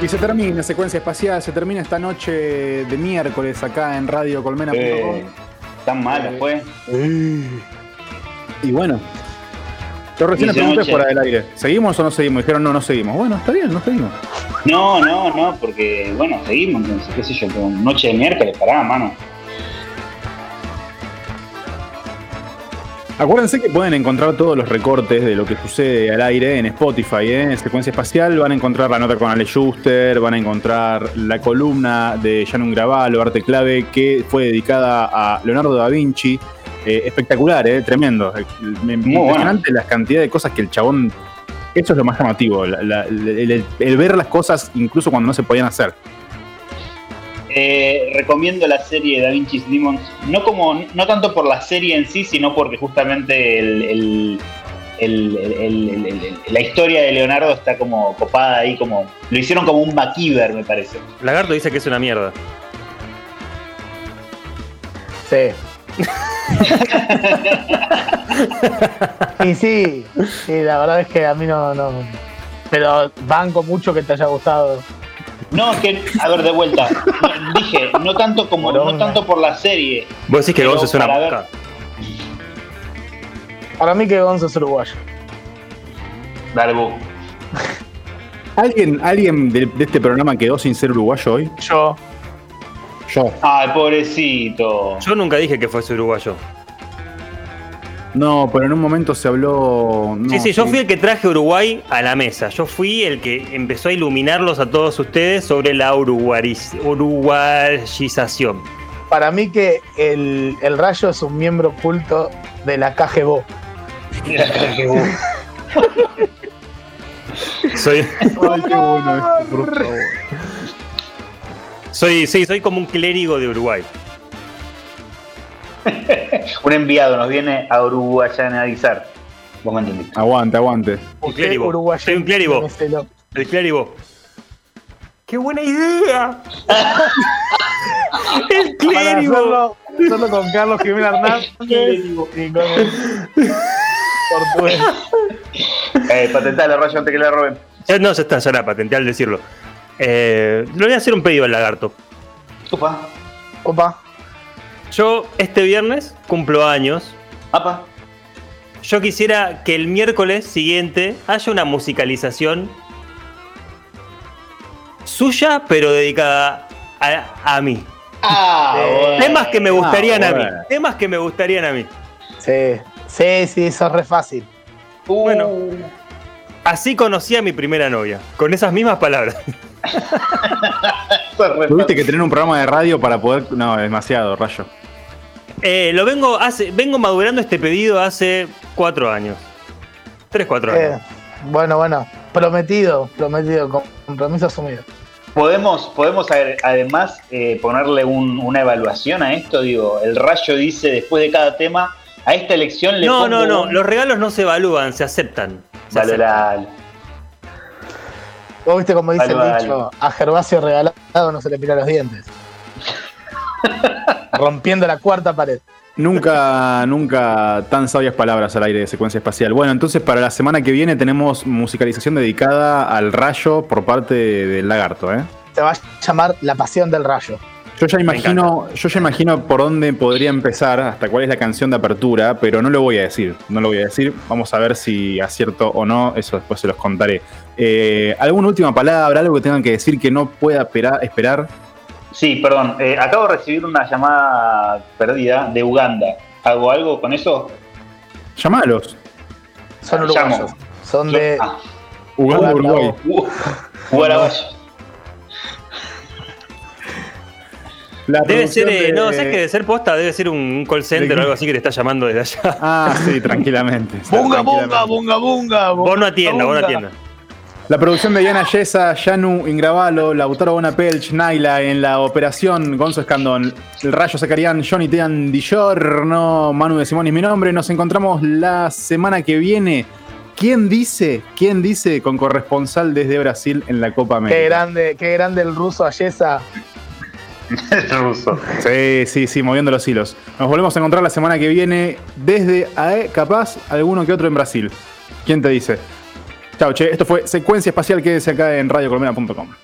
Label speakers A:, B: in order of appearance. A: Y se termina Secuencia Espacial, se termina esta noche de miércoles acá en Radio Colmena.
B: Eh, pues. tan mala fue.
A: Y bueno. Yo recién le
B: Dice
A: pregunté
B: noche.
A: fuera del aire. ¿Seguimos o no seguimos? Dijeron no, no seguimos. Bueno, está bien, no seguimos.
B: No, no, no, porque bueno, seguimos, entonces, qué sé yo, con noche de miércoles, pará, mano.
A: Acuérdense que pueden encontrar todos los recortes de lo que sucede al aire en Spotify, ¿eh? en Secuencia Espacial. Van a encontrar la nota con Ale Schuster, van a encontrar la columna de Shannon Gravalo, Arte Clave, que fue dedicada a Leonardo da Vinci. Eh, espectacular, ¿eh? tremendo. Eh, me-
B: bueno.
A: Impresionante la cantidad de cosas que el chabón. Eso es lo más llamativo, la- la- el- el- el ver las cosas incluso cuando no se podían hacer.
B: Eh, recomiendo la serie Da Vinci's Demons, no como, no tanto por la serie en sí, sino porque justamente el- el- el- el- el- el- el- el- la historia de Leonardo está como copada ahí, como lo hicieron como un MacGyver, me parece.
C: Lagarto dice que es una mierda.
D: Sí. y sí, sí, la verdad es que a mí no, no. Pero banco mucho que te haya gustado.
B: No, es que, a ver, de vuelta, No, dije, no tanto como, no
D: Poronga.
B: tanto por la serie,
C: Vos decís que
B: Pero
C: vos es una
B: para ver-
C: boca.
D: Para mí que Gonzo es uruguayo.
B: Darbu.
A: ¿Alguien, alguien de, de este programa quedó sin ser uruguayo hoy?
D: Yo.
A: Yo.
B: Ay, pobrecito.
C: Yo nunca dije que fuese uruguayo.
A: No, pero en un momento se habló. no,
C: sí, sí, yo fui el que traje a Uruguay a la mesa. Yo fui el que empezó a iluminarlos a todos ustedes sobre la uruguariz- uruguayización.
D: Para mí que el, el rayo es un miembro oculto de la KGB.
C: Soy,
A: Ay, qué bueno esto, por favor.
C: soy, sí, soy como un clérigo de Uruguay.
B: Un enviado nos viene a uruguayanizar. Vos me entendiste.
A: Aguante, aguante.
C: Un
D: Usted,
C: clérigo.
D: uruguayo,
C: Soy un clérigo.
D: dímeselo.
C: El clérigo. ¡Qué buena idea! ¡El
D: Para
C: clérigo!
D: hacerlo, para hacerlo con Carlos Jiménez Hernández y con el portugués.
B: Eh, patentale, rayo, antes que le roben.
C: Ya, no, ya está, ya la patenté al decirlo. Eh, le voy a hacer un pedido al lagarto.
B: Upa,
D: Opa.
C: Yo este viernes cumplo años.
B: apa.
C: Yo quisiera que el miércoles siguiente haya una musicalización suya, pero dedicada a, a mí.
B: Ah, bueno.
C: Temas que me gustarían a mí.
A: bueno.
C: Temas que me gustarían a mí.
D: Sí, sí, sí, eso es re fácil.
B: Uh,
C: Bueno. Así conocí a mi primera novia, con esas mismas palabras.
B: eso es re
A: Tuviste que tener un programa de radio para poder. No, demasiado, rayo.
C: Eh, lo vengo, hace, vengo madurando este pedido hace cuatro años. Tres, cuatro
D: Eh,
C: años.
D: bueno, bueno, prometido, prometido, com- compromiso asumido.
B: Podemos, podemos agre- además eh, ponerle un- una evaluación a esto, digo, el rayo dice después de cada tema, a esta elección le
C: No,
B: pongo
C: no, no.
B: un
C: Los regalos no se evalúan, se aceptan. Se aceptan.
B: valoral.
D: Vos viste como dice
B: Vale,
D: el
B: vale.
D: dicho, a Gervasio regalado no se le pira los dientes. Rompiendo la cuarta pared.
A: Nunca, nunca tan sabias palabras al aire de secuencia espacial. Bueno, entonces para la semana que viene tenemos musicalización dedicada al rayo por parte del lagarto, ¿eh?
D: Se va a llamar La Pasión del Rayo.
A: Yo ya imagino, yo ya imagino por dónde podría empezar, hasta cuál es la canción de apertura, pero no lo voy a decir, no lo voy a decir. Vamos a ver si acierto o no, eso después se los contaré. Eh, ¿Alguna última palabra, algo que tengan que decir que no pueda espera- esperar?
B: Sí, perdón, eh, acabo de recibir una llamada perdida de Uganda. ¿Hago algo con eso?
A: Llamalos.
D: Son
B: Llamo.
D: uruguayos. Son de.
B: Ah,
A: Uganda,
D: Hola,
A: Uruguay.
D: Gabo.
B: uh, Guaraballo.
A: La
C: Debe
A: producción
C: ser, eh,
A: de-
C: no, ¿sabes que de ser posta debe ser un call center
A: de-
C: o algo así que le está llamando desde allá.
A: Ah, sí, tranquilamente.
D: Bunga, bunga,
A: Tranquilamente.
D: bunga, bunga.
C: Vos no atienda, vos no
D: bunga.
C: atienda.
A: La producción de Diana Yesa, Yanu Ingravalo, Lautaro Bonapelch, Naila en la operación, Gonzo Escandón, el Rayo Zacarián, Johnny Tean Dillorno, Manu de Simón es mi nombre. Nos encontramos la semana que viene. ¿Quién dice? ¿Quién dice con corresponsal desde Brasil en la Copa América?
D: Qué grande, qué grande el ruso Ayesa.
B: El ruso.
A: Sí, sí, sí, moviendo los hilos. Nos volvemos a encontrar la semana que viene desde AE, capaz alguno que otro en Brasil. ¿Quién te dice? Chao, che. Esto fue Secuencia Espacial. Quédese acá en radiocolmena.com.